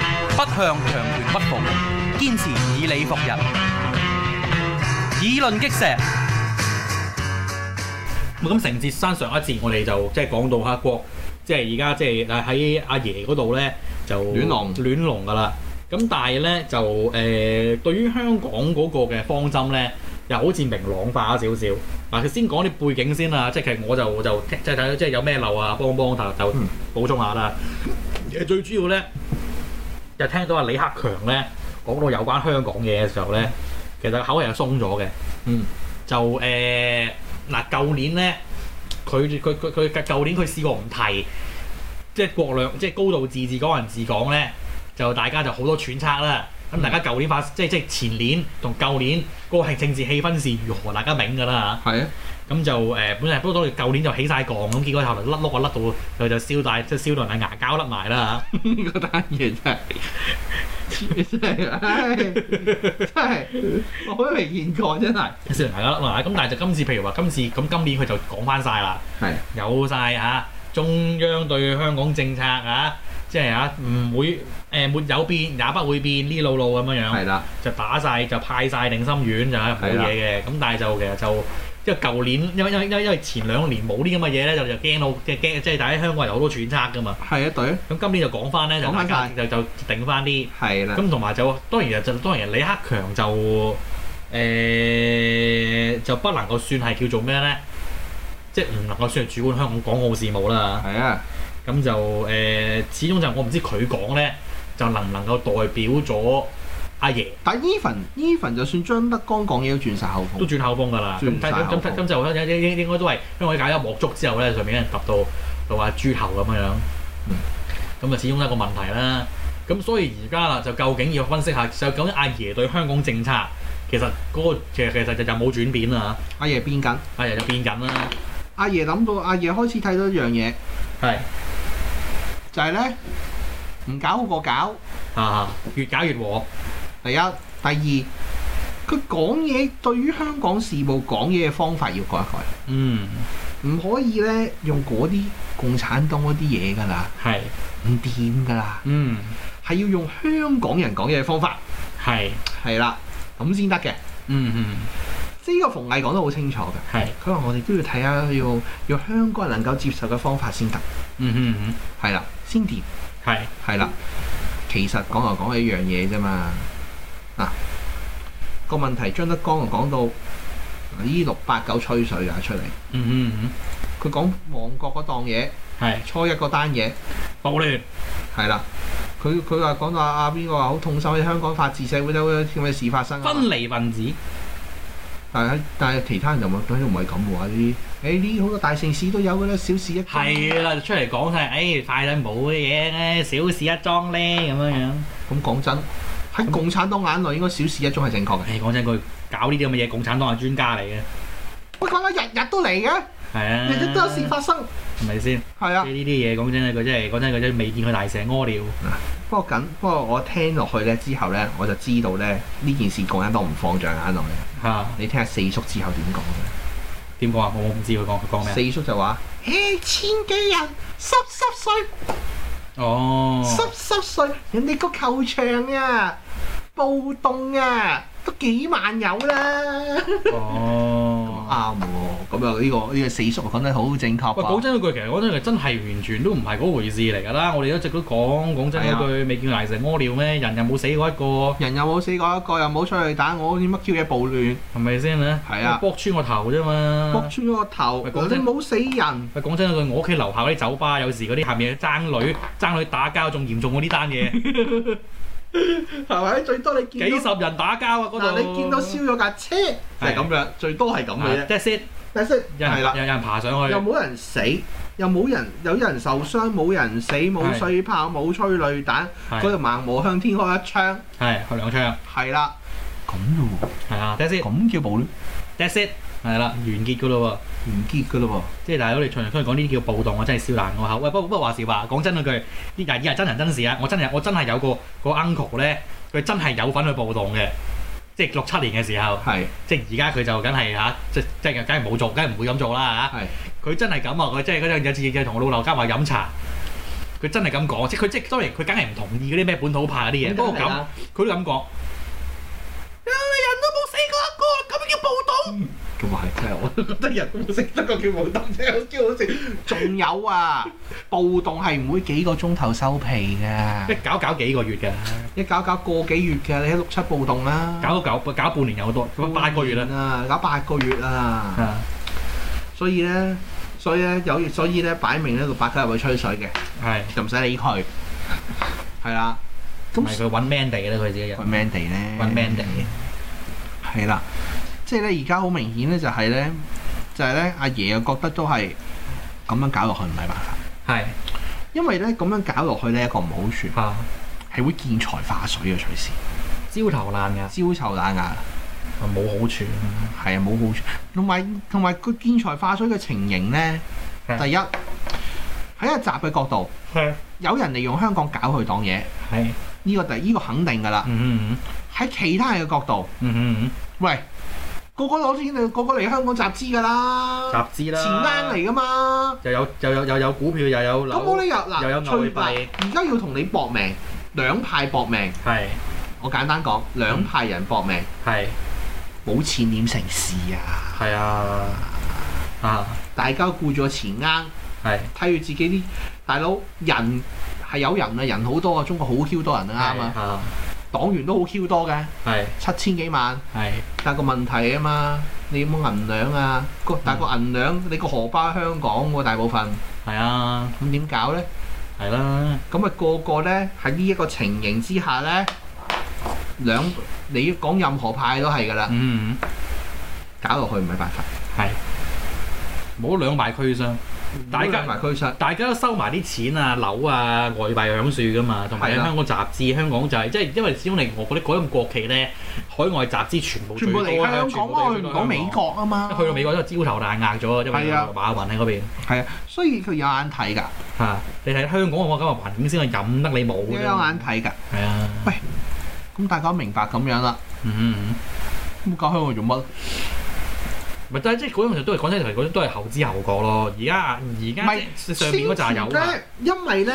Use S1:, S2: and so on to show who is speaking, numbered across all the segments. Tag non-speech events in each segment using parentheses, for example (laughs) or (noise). S1: 向強權屈服，堅持以理服人，以論擊石。
S2: 咁成節山上一節，我哋就即係講到黑國，即係而家即係呃喺阿爺嗰度咧就
S3: 亂龍
S2: 亂龍噶啦。咁但係咧就誒、呃，對於香港嗰個嘅方針咧，又好似明朗化咗少少。嗱，先講啲背景先啦，即係其實我就就即係睇即係有咩漏啊，幫幫就就
S3: 嗯
S2: 補充下啦。誒最主要咧，就聽到阿李克強咧講到有關香港嘢嘅時候咧，其實口係有鬆咗嘅。
S3: 嗯，
S2: 就誒嗱，舊、年咧，佢佢佢佢舊年佢試過唔提，即係國量，即係高度自治港人治港咧，就大家就好多揣測啦。
S3: 嗯
S2: 咁大家舊年發，即係即係前年同舊年嗰個係政治氣氛是如何，大家明㗎啦
S3: 係啊，
S2: 嚇。咁就誒、本嚟不過舊年就起晒槓，咁結果後來甩碌啊甩到，佢就燒大即係燒到人哋牙膠甩埋啦嚇。
S3: 嗰單嘢真係真係，唉，真係我都未見過，真係
S2: 燒到牙膠甩埋，咁但係就今次譬如話今次咁今年佢就講翻晒啦。
S3: 係
S2: 有晒嚇中央對香港政策嚇，即係嚇唔會誒、呃沒有變，也不會變呢路路咁樣樣，
S3: 係啦，
S2: 就打晒就派晒定心丸就係冇嘢嘅。咁但係就其實就因為舊年因為因為因為因為前兩年冇啲咁嘅嘢咧，就就驚到即係驚即係大家香港人有好多揣測噶嘛。
S3: 係一隊，
S2: 咁今年就講翻咧，就
S3: 講
S2: 大
S3: 返
S2: 家就就定翻啲。
S3: 係啦，
S2: 咁同埋就當然啊就當然李克強就誒、就不能夠算係叫做咩咧，即係唔能夠算係主管香港港澳事務啦。
S3: 係啊，
S2: 咁就誒、始終就我唔知佢講咧，就能唔能夠代表咗阿爺
S3: 但 even even 就算張德江講嘢都轉晒口
S2: 都
S3: 風，
S2: 轉口風㗎啦。咁
S3: 轉
S2: 但
S3: 晒口
S2: 咁咁
S3: 風
S2: 咁就應應應應該都係因為佢搞咗幕竹之後咧，上面有人揼到就話豬頭咁樣樣。
S3: 嗯
S2: 咁啊，始終都係一個問題啦。咁所以而家啦，就究竟要分析下，就究竟阿爺對香港政策其實嗰、個其實其實就就冇轉變啦。
S3: 阿爺變緊，
S2: 阿爺就變緊啦，
S3: 阿爺諗到，阿爺開始睇到一樣嘢，
S2: 係
S3: 就係咧唔搞好過搞。
S2: 啊，越搞越和。
S3: 第一，第二，佢講嘢對於香港事務講嘢嘅方法要改一
S2: 嗯，
S3: 改，唔可以咧用嗰啲共產黨嗰啲嘢㗎啦，
S2: 係，
S3: 唔掂㗎啦，
S2: 嗯，
S3: 係要用香港人講嘢嘅方法，
S2: 係，
S3: 係啦，咁先得嘅。
S2: 嗯嗯，
S3: 即係呢個馮毅講得好清楚嘅，
S2: 係，
S3: 佢話我哋都要睇下要用香港人能夠接受嘅方法先得，
S2: 嗯嗯嗯，
S3: 係啦，先掂，
S2: 係，
S3: 係啦。其實講嚟講去一樣嘢啫嘛，嗱、個問題張德江就講到呢六八九吹水啊出嚟。
S2: 嗯嗯
S3: 佢講旺角嗰檔嘢，
S2: 嗯，係，
S3: 初一嗰單嘢
S2: 暴亂。
S3: 係啦。佢佢話講到啊啊邊個話好痛心，喺香港法治社會都有啲咁嘅事發生啊
S2: 分。離分子，
S3: 但係但係其他人就話，佢唔係咁喎呢啲，誒呢啲好多大城市都有嘅啦，小事一樁
S2: 係啦，出嚟講晒，誒快啲冇嘅嘢咧，小事一樁咧咁樣樣。
S3: 咁講真，喺共產黨眼內應該小事一樁係正確嘅。
S2: 誒講真句，搞呢啲咁嘅嘢，共產黨係專家嚟嘅，
S3: 我講啦，日日都嚟嘅，
S2: 係啊，
S3: 日日都有事發生，
S2: 係咪先？
S3: 嗯係
S2: 即
S3: 啊
S2: 係。呢啲嘢講真佢真係講真佢真係未見佢大成屙尿。
S3: 不過緊，不過我聽落去咧之後咧，我就知道咧呢件事共產黨唔放在眼內。
S2: 嚇
S3: 你聽下四叔之後點講嘅。
S2: 點講啊？我我唔知佢講佢講咩啊。
S3: 四叔就話：，誒、千幾人，濕濕碎，(laughs)
S2: 哦，
S3: 濕濕碎，人哋個球場啊，暴動啊，都幾萬有啦。
S2: 哦。
S3: (laughs) 啱喎，咁啊呢個呢、個四叔講得好正確啊
S2: 喂，
S3: 喎。
S2: 講真嗰句，其實講真佢真係完全都唔係嗰回事嚟㗎啦。我哋一直都講，講真嗰
S3: 啊
S2: 句，未見佢大成屙尿咩？人又冇死過一個，
S3: 人又冇死過一個，又冇出去打我，啲乜 Q 嘢暴亂，
S2: 係咪先咧？
S3: 係啊
S2: 搏穿個頭啫嘛。
S3: 剝穿咗個頭，
S2: 嗯喂
S3: 你
S2: 講真
S3: 冇死人，
S2: 喂，講真嗰句，我屋企樓下嗰啲酒吧，有時嗰啲下面爭女爭女打交，仲嚴重過呢單嘢，
S3: 係咪？最多你
S2: 幾
S3: 見到
S2: 十人打交啊！嗰
S3: 嗱，
S2: 度
S3: 你見到燒咗架車，就係咁樣，最多係咁嘅啫。
S2: 啊即係
S3: 但係
S2: 有人
S3: 係啦
S2: 有。有人爬上去
S3: 又，冇人死，又冇人有人受傷，冇人死，冇
S2: 係
S3: 水炮，冇催淚彈，嗰
S2: 係
S3: 度盲無向天開一槍，
S2: 係開兩槍，啊
S3: 係啦，咁咯
S2: 係啊，that's
S3: 喎，
S2: it
S3: 咁叫暴亂
S2: that's it，係啦，完結噶咯喎。
S3: 完結噶咯
S2: 即係大佬，你長長講呢啲叫暴動，我真係笑爛我口。喂，不過不過話時話，講真嗰句，啲嗱，以係真人真事啊！我真係我真係有個個 uncle 咧，佢真係有份去暴動嘅，即係六七年嘅時候
S3: 喎，，係
S2: 即係而家佢就梗係嚇，即即係梗係冇做，梗係唔會咁做啦嚇。
S3: 係
S2: 佢真係咁啊！佢即係嗰陣有次有同我老豆家話飲茶，佢真係咁講，即係佢即係當然佢梗係唔同意嗰啲咩本土派嗰啲嘢，不過咁佢都咁講。哎人都冇死過一個，咁叫暴動？
S3: 咁啊係，真係我覺得人都冇識得個叫暴動真係好超好笑。仲有啊，暴動係唔會幾個鐘頭收皮 (laughs)
S2: 即
S3: 㗎，
S2: 係搞搞幾個月㗎，
S3: 一搞搞個幾月㗎，你喺六七暴動啦，
S2: 搞搞搞半年有多，八個月啦。
S3: 啊，搞八個月啊。
S2: 啊
S3: 所以咧，所以咧有，所以咧擺明咧個白卡入去吹水嘅，
S2: 係，
S3: 就唔使理佢，係啦。
S2: 唔係佢揾 man 地嘅咧，佢自己人
S3: 揾 Mandy 咧，
S2: 揾 man 地。
S3: 係啦，即係咧而家好明顯咧就係咧，就係咧阿爺又覺得都係咁樣搞落去唔係辦法，
S2: 係
S3: 因為咧咁樣搞落去咧一個唔好處
S2: 啊，
S3: 係會見財化水嘅隨時，
S2: 焦頭爛額，
S3: 焦臭打牙。
S2: 冇好處。
S3: 係啊，冇好處。同埋同埋個見財化水嘅情形咧，
S2: 係
S3: 第一喺阿習嘅角度，
S2: 係
S3: 有人利用香港搞佢檔嘢，
S2: 係，
S3: 呢、個第呢、個肯定㗎啦。
S2: 嗯嗯
S3: 喺其他人嘅角度，
S2: 嗯嗯
S3: 喂，個個攞錢，個個嚟香港集資㗎
S2: 嗯，
S3: 啦，
S2: 集資
S3: 錢
S2: 啦，
S3: 啱嚟㗎嘛。
S2: 又有又有又有股票，又有
S3: 咁冇
S2: 樓，
S3: 理由
S2: 又有
S3: 嗱，
S2: 外
S3: 翠
S2: 幣
S3: 白而家要同你搏命，兩派搏命。
S2: 係
S3: 我簡單講，
S2: 嗯
S3: 兩派人搏命，
S2: 係
S3: 冇錢點成事啊！
S2: 係啊啊
S3: 大家顧咗錢啱，
S2: 係
S3: 睇住自己啲大佬人係有人啊，人好多啊，中國好 Q 多人啊，啱啊，
S2: 啊
S3: 黨員都好 Q 多嘅，
S2: 係
S3: 七千幾萬。
S2: 係
S3: 但個問題啊嘛，你有冇銀兩啊？個但個
S2: 嗯
S3: 銀兩，你個荷包喺香港喎，大部分
S2: 係啊
S3: 咁點搞呢？
S2: 係啦
S3: 咁咪個個呢，喺呢一個情形之下呢，兩你講任何派都係㗎啦，
S2: 嗯
S3: 搞落去唔係辦法，
S2: 係嗯冇兩敗俱傷，大家
S3: 兩埋佢實
S2: 大家都收埋啲錢啊、樓啊、外幣響樹噶嘛，同埋
S3: 係
S2: 喺
S3: 啦
S2: 香港集資，香港就係即係因為始終你我嗰啲嗰種國企咧，海外集資全部
S3: 全部嚟香
S2: 最
S3: 港
S2: 多
S3: 啊，
S2: 啦
S3: 佢唔講美，
S2: 全部都係香
S3: 國啊嘛
S2: 港，去到美國真係焦頭爛額咗，因為
S3: 係啊
S2: 馬雲喺嗰邊
S3: 係啊，所以佢有眼睇㗎，
S2: 嚇，你睇香港我今日啊環境先係任得你冇
S3: 有
S2: 啫，
S3: 眼睇㗎。
S2: 係啊，
S3: 咁大家明白咁樣啦，
S2: 嗯嗯，
S3: 咁搞香港做乜？
S2: 咪但係即係嗰陣時都係講真，其實嗰種都係後知後覺咯。而家而
S3: 唔
S2: 家
S3: 係
S2: 即係上面嗰扎有啊，
S3: 咧，因為咧，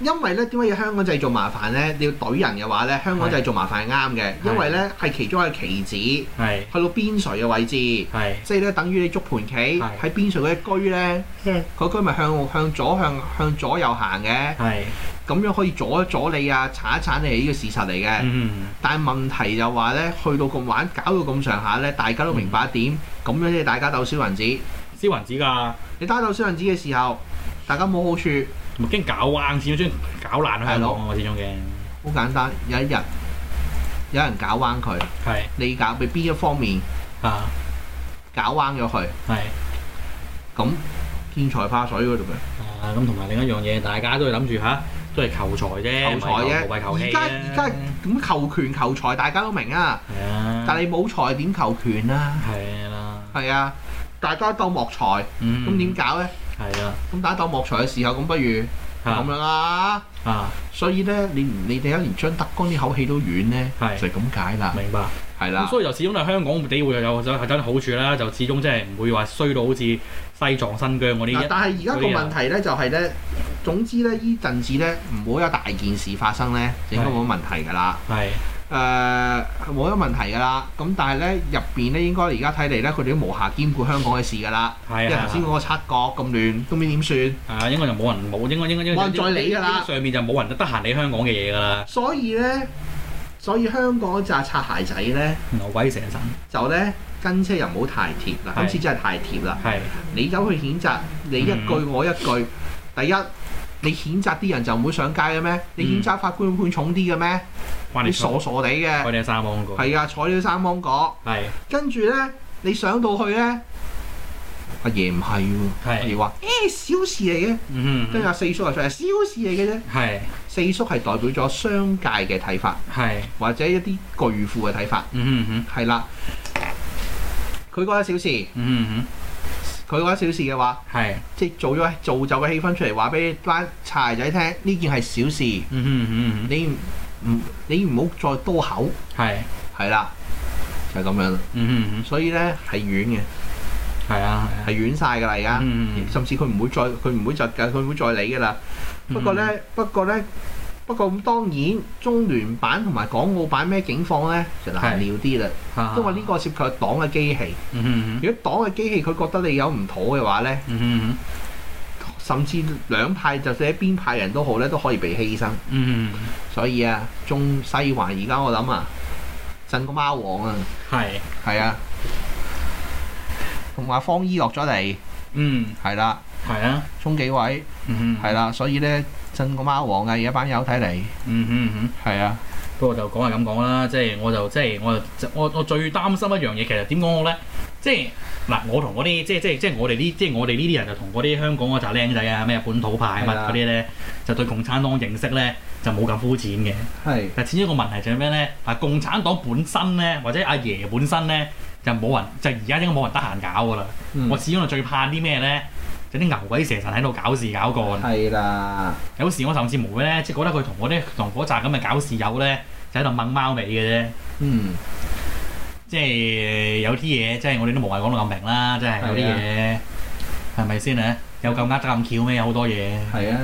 S3: 因為咧，點解要香港製造麻煩咧？你要懟人嘅話咧，香港製造麻煩係啱嘅，
S2: 係
S3: 因為咧係其中一個棋子，去
S2: 係
S3: 到邊陲嘅位置，即
S2: 係
S3: 係咧等於你捉盤棋
S2: 係
S3: 喺邊陲嗰一居咧
S2: 嗯，
S3: 嗰居咪向向左向向左右行嘅，
S2: 係，
S3: 咁樣可以阻一阻你啊，鏟一鏟你係呢個事實嚟嘅。
S2: 嗯
S3: 但係問題就話咧，去到咁玩，搞到咁上下咧，大家都明白一
S2: 嗯
S3: 點，咁樣即係大家鬥小人子。
S2: 燒雲子㗎，
S3: 你打鬥小人子嘅時候，大家冇好處。
S2: 咪驚搞彎，始終搞爛香港啊，始終嘅
S3: 好簡單，有一日有人搞彎佢，
S2: 係。
S3: 你搞俾邊一方面
S2: 啊，
S3: 搞彎咗佢，
S2: 係
S3: 咁天才化水嗰度咪
S2: 啊，咁同埋另一樣嘢，大家都係諗住嚇，都係求財啫，
S3: 求財啫。
S2: 無謂求
S3: 而
S2: 氣啊啫
S3: 家而家咁求權求財，大家都明啊。
S2: 係啊，
S3: 但你冇財點求權啊？
S2: 係啦，
S3: 係啊，大家鬥莫財，
S2: 嗯，
S3: 咁點搞呢？
S2: 係啊？
S3: 咁打鬥莫財嘅時候，咁不如咁
S2: 啊
S3: 樣啦。
S2: 啊，
S3: 所以呢，你你哋一連張德江呢口氣都軟呢，
S2: 係
S3: 就係咁解啦。
S2: 明白。
S3: 係
S2: 咁
S3: 啦，
S2: 所以就始終係香港地會又有有真好處啦，就始終即係唔會話衰到好似西藏新疆嗰啲啊
S3: 嗱，
S2: 一。
S3: 但係而家個問題咧就係咧，總之咧呢陣子咧唔好有大件事發生咧，就應該冇乜問題㗎啦。
S2: 係
S3: 誒冇乜問題㗎啦。咁但係咧入邊咧應該而家睇嚟咧，佢哋都無暇兼顧香港嘅事㗎啦。因
S2: 係
S3: 為
S2: 啊
S3: 頭先嗰個七國咁亂，咁你點算？
S2: 啊，應該就冇人冇，應該應該應該
S3: 冇人再理㗎啦
S2: 上面就冇人得閒理香港嘅嘢㗎啦，
S3: 所以咧，所以香港嗰扎擦鞋仔咧
S2: 牛鬼蛇神
S3: 就咧跟車又唔好太貼啦。
S2: 係
S3: 今次真係太貼啦！
S2: 係
S3: 你走去譴責，你一句
S2: 嗯
S3: 我一句，第一。你譴責啲人就唔會上街嘅咩？你譴責法官會判重啲嘅咩？你
S2: 關嗯啊你
S3: 傻
S2: 錯，
S3: 傻地
S2: 關
S3: 嘅，
S2: 你三芒個，
S3: 係啊，採咗生芒果，
S2: 係
S3: 跟住咧，你上到去咧，阿爺唔係喎，阿
S2: 係，
S3: 爺話誒小事嚟嘅，
S2: 嗯
S3: 跟住
S2: 哼，
S3: 阿四叔又出嚟，小事嚟嘅啫。
S2: 係
S3: 四叔係代表咗商界嘅睇法，
S2: 係，
S3: 或者一啲巨富嘅睇法，
S2: 嗯哼嗯哼。
S3: 係啦。佢覺得小事，
S2: 嗯
S3: 佢覺得小事嘅話，
S2: 哼，係，
S3: 即係做咗造就嘅氣氛出嚟，話俾班柴仔聽，呢件係小事，
S2: 嗯哼嗯
S3: 你唔你唔好再多口，
S2: 哼，係，
S3: 係啦，就係咁樣啦。
S2: 嗯哼
S3: 所以咧係遠嘅，
S2: 係啊，
S3: 係軟晒㗎啦而家，
S2: 嗯
S3: 甚至佢唔會再佢唔會再佢唔會再理㗎啦。不過咧，不過咧，不過咁當然中聯版同埋港澳版咩境況咧就難料啲啦，
S2: 啊
S3: 因為呢個涉及黨嘅機器。
S2: 嗯
S3: 如果黨嘅機器佢覺得你有唔妥嘅話咧，
S2: 嗯嗯
S3: 甚至兩派就算喺邊派人都好咧，都可以被犧牲。
S2: 嗯，
S3: 所以啊，中西環而家我諗啊，震個貓王啊，
S2: 係，
S3: 係啊，同埋方姨落咗嚟，
S2: 嗯
S3: 係啦，
S2: 係啊，
S3: 中紀委
S2: 嗯
S3: 係啦，所以咧震個貓王啊，而家班友睇嚟
S2: 嗯嗯嗯。
S3: 係啊，
S2: 不過就講係咁講啦，即係我就即係我就我我最擔心一樣嘢，其實點講好咧？即係嗱，我同嗰啲即係即係即係我哋呢即係我哋呢啲人就同嗰啲香港嗰扎僆仔啊咩本土派乜
S3: 係啦
S2: 嗰啲咧，就對共產黨認識咧就冇咁膚淺嘅。
S3: 係
S2: 但始終一個問題就係咩咧？嗱，共產黨本身咧，或者阿爺本身咧，就冇人就而家應該冇人得閒搞噶啦。
S3: 嗯
S2: 我始終就最怕啲咩咧？就啲牛鬼蛇神喺度搞事搞幹。
S3: 係啦，
S2: 有時我甚至無咧，即係覺得佢同嗰啲同嗰扎咁嘅搞事友咧，就喺度掹貓尾嘅啫。
S3: 嗯
S2: 即係有啲嘢，即係我哋都無謂講到咁明啦。即係有啲嘢係咪先啊？有咁啱得咁巧咩？有好多嘢，
S3: 係啊，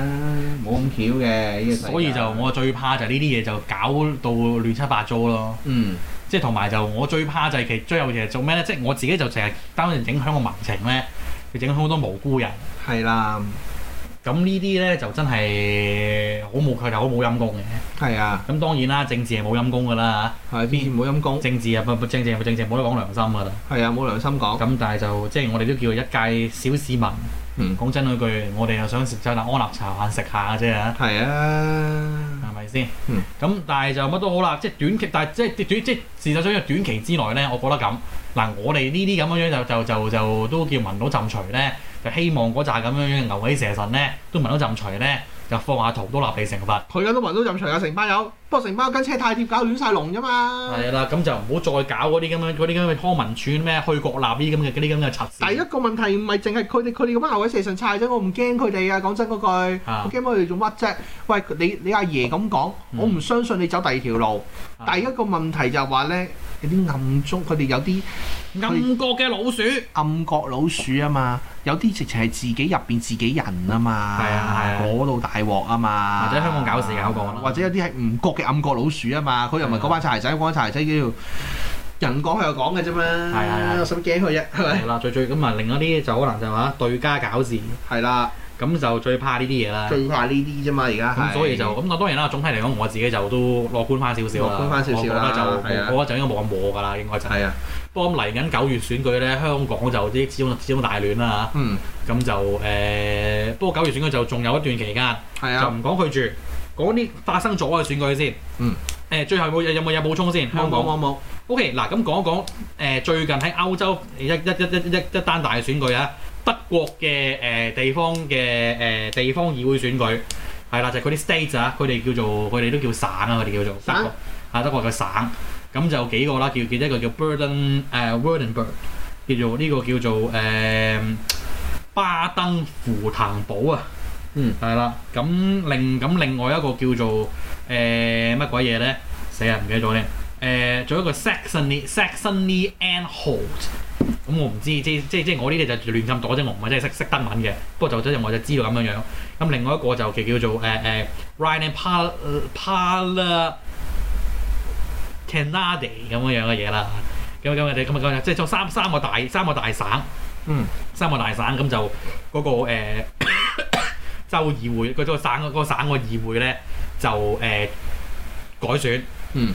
S3: 冇咁巧嘅呢個世界
S2: 所以就我最怕就係呢啲嘢就搞到亂七八糟咯。
S3: 嗯
S2: 即係同埋就我最怕就係其最後其實做咩咧？即係我自己就成日擔心影響個民情咧，就影響好多無辜人。
S3: 係啦，
S2: 咁呢啲咧就真係好冇佢哋好冇陰功嘅。
S3: 係啊，
S2: 咁當然啦，政治係冇陰功噶啦
S3: 係邊唔好陰公，
S2: 政治啊，不不政治啊，政治冇得講良心噶啦。
S3: 係啊，冇良心講，
S2: 咁但係就即係我哋都叫一介小市民。
S3: 嗯
S2: 講真嗰句，我哋又想食餐安立茶飯食下啫嚇，
S3: 係啊，
S2: 係咪先？咁、
S3: 嗯
S2: 但係就乜都好啦，即係短期，但係即係短即係事實上，因為短期之內咧，我覺得咁嗱，我哋呢啲咁樣樣就就就就都叫聞到陣除咧，就希望嗰扎咁樣樣嘅牛鬼蛇神咧，都聞到陣除咧，就放下屠刀立地成佛。
S3: 佢而家都暈到入場啊，成班友，不過成班跟車太貼搞亂晒龍啫嘛。
S2: 係啊啦，咁就唔好再搞嗰啲咁樣嗰啲咁嘅康文署咩去國立呢啲咁嘅嗰啲咁嘅柒事。
S3: 第一個問題唔係淨係佢哋，佢哋咁牛鬼蛇神差啫，我唔驚佢哋啊！講真嗰句，
S2: 啊
S3: 我驚佢哋做乜啫？喂，你你阿爺咁講，
S2: 嗯
S3: 我唔相信你走第二條路。
S2: 啊
S3: 第一個問題就係話咧，有啲暗中佢哋有啲
S2: 暗角嘅老鼠。
S3: 暗角老鼠啊嘛，有啲直情係自己入邊自己人啊嘛，
S2: 係啊係啊
S3: 嗰度大鑊啊嘛，
S2: 或者香港搞事搞過啦
S3: 或者有啲係唔覺嘅暗角老鼠啊嘛，佢又唔係
S2: 啊係啊
S3: 嗰班柴仔，嗰班柴仔叫人講佢又講嘅啫嘛，
S2: 係係係
S3: 有使乜驚佢啫？係咪？
S2: 係啦，最最咁啊，另一啲就可能就話對家搞事，
S3: 係啦，
S2: 咁就最怕呢啲嘢啦。
S3: 最怕呢啲啫嘛，而家係
S2: 咁所以就咁，啊但當然啦，總體嚟講，我自己就都樂觀翻少少啦。
S3: 樂觀返少少啦
S2: 我覺
S3: 係
S2: 得
S3: 啊
S2: 就我覺得就應該冇咁和㗎啦，應該就。
S3: 係啊，
S2: 不過咁嚟緊九月選舉咧，香港就啲始終始終大亂啦
S3: 嗯，
S2: 嚇，咁就誒，不過九月選舉就仲有一段期間，
S3: 係
S2: 就
S3: 啊，
S2: 唔講佢住，講啲發生咗嘅選舉先。
S3: 嗯。
S2: 誒，最後有冇有冇有補充先？
S3: 冇
S2: 香港。
S3: 冇冇
S2: O.K. 嗱，咁講一講誒、最近喺歐洲一一一一一一單大選舉啊，德國嘅誒、地方嘅誒、地方議會選舉係啦，就係佢啲 state 啊，佢哋叫做佢哋都叫省啊，佢哋叫做
S3: 省
S2: 德國啊，德國嘅省咁就幾個啦，叫叫一個叫 Burden 誒、Württemberg，叫做呢、個叫做誒、巴登符騰堡啊，
S3: 嗯，
S2: 係啦，咁另咁另外一個叫做誒乜鬼嘢咧？死啊，唔記得咗咧。誒，仲有一個 Saxony Saxony Anhalt。咁我唔知，即即即我呢啲就亂咁躲啫，我唔係真係識識德文嘅。不過就即我就知道咁樣樣。咁另外一個就叫叫做誒誒 Rhine and Pal Pal Tenade 咁樣樣嘅嘢啦。咁咁嘅咁咁即係做三三個大三個大省，
S3: 嗯，
S2: 三個大省咁就嗰、個誒、州議會，嗰、個省嗰、個省個議會咧就誒、改選。
S3: 嗯，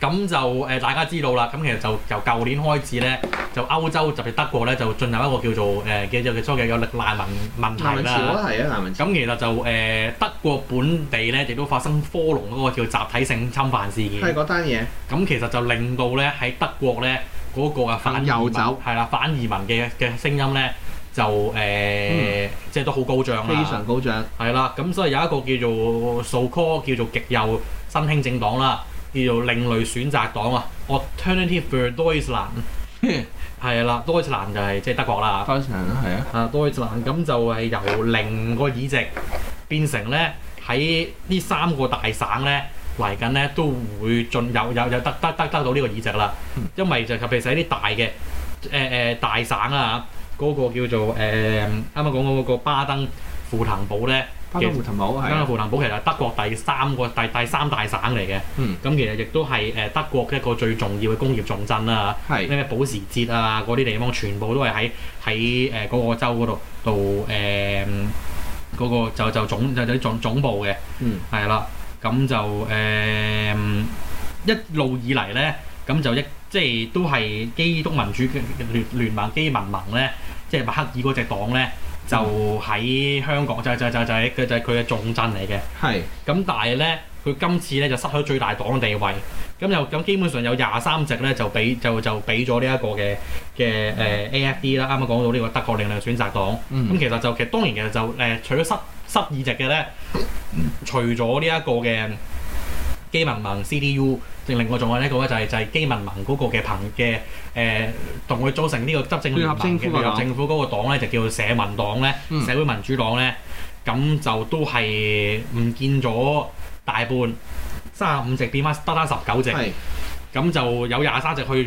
S2: 咁就誒、呃大家知道啦。咁其實就由舊年開始咧，就呃歐洲特別德國咧，就進入一個叫做誒嘅嘅所謂嘅有難民問
S3: 南
S2: 題
S3: 文潮
S2: 啦。
S3: 啊，係啊，南文潮，
S2: 咁其實就誒、呃德國本地咧，亦都發生科隆嗰個叫集體性侵犯事件。
S3: 係嗰單嘢，
S2: 咁其實就令到咧喺德國咧嗰、個啊反移
S3: 向右
S2: 民
S3: 走
S2: 係啦，反移民嘅嘅聲音咧就誒、呃即係都好高漲啦。
S3: 嗯非常高漲，
S2: 係啦，咁所以有一個叫做 so call 叫做極右新興政黨啦，叫做另類選擇黨啊，Alternative for Deutschland 嗯
S3: (laughs)
S2: 係啦，Deutschland 就係即係德國啦，
S3: 當時係啊，
S2: 啊 Deutschland 咁就係由零個議席變成咧喺呢三個大省咧嚟緊咧都會進有有有得得得得到呢個議席啦，因為就特別係啲大嘅誒誒大省啊，嗰個叫做誒啱啱講嗰個巴登符騰堡咧，
S3: 巴登胡騰堡
S2: 巴
S3: 係
S2: 登
S3: 啊，
S2: 符騰堡其實係德國第三個第第三大省嚟嘅，
S3: 嗯
S2: 咁其實亦都係誒德國一個最重要嘅工業重鎮啦。
S3: 係
S2: 咩咩保時捷啊嗰啲地方，全部都係喺喺誒嗰個州嗰度度誒嗰個就就總就就總總部嘅，
S3: 嗯
S2: 係啦。咁就誒、一路以嚟咧，咁就一即係都係基督民主嘅聯聯盟基民盟咧，即係默克爾嗰只黨咧，就喺香港就就就就係佢就係佢嘅重鎮嚟嘅。
S3: 係
S2: 咁但係咧，佢今次咧就失去最大黨嘅地位，咁又咁基本上有廿三席咧就俾就就俾咗呢一個嘅嘅誒 AFD 啦，啱啱講到呢個德國另類選擇黨，咁、
S3: 嗯
S2: 其實就其實當然其實就誒、呃除咗失失議席嘅咧，除咗呢一個嘅基民盟 CDU，另另外仲有呢一個咧就係、就係、基民盟嗰個嘅朋嘅誒同佢組成呢個執政聯盟嘅
S3: 聯合政府嗰個黨
S2: 聯合政府嗰個黨咧就叫社民黨咧，
S3: 嗯
S2: 社會民主黨咧。咁就都係唔見咗大半，三十五席變翻得翻十九席，
S3: 係
S2: 咁就有廿三席去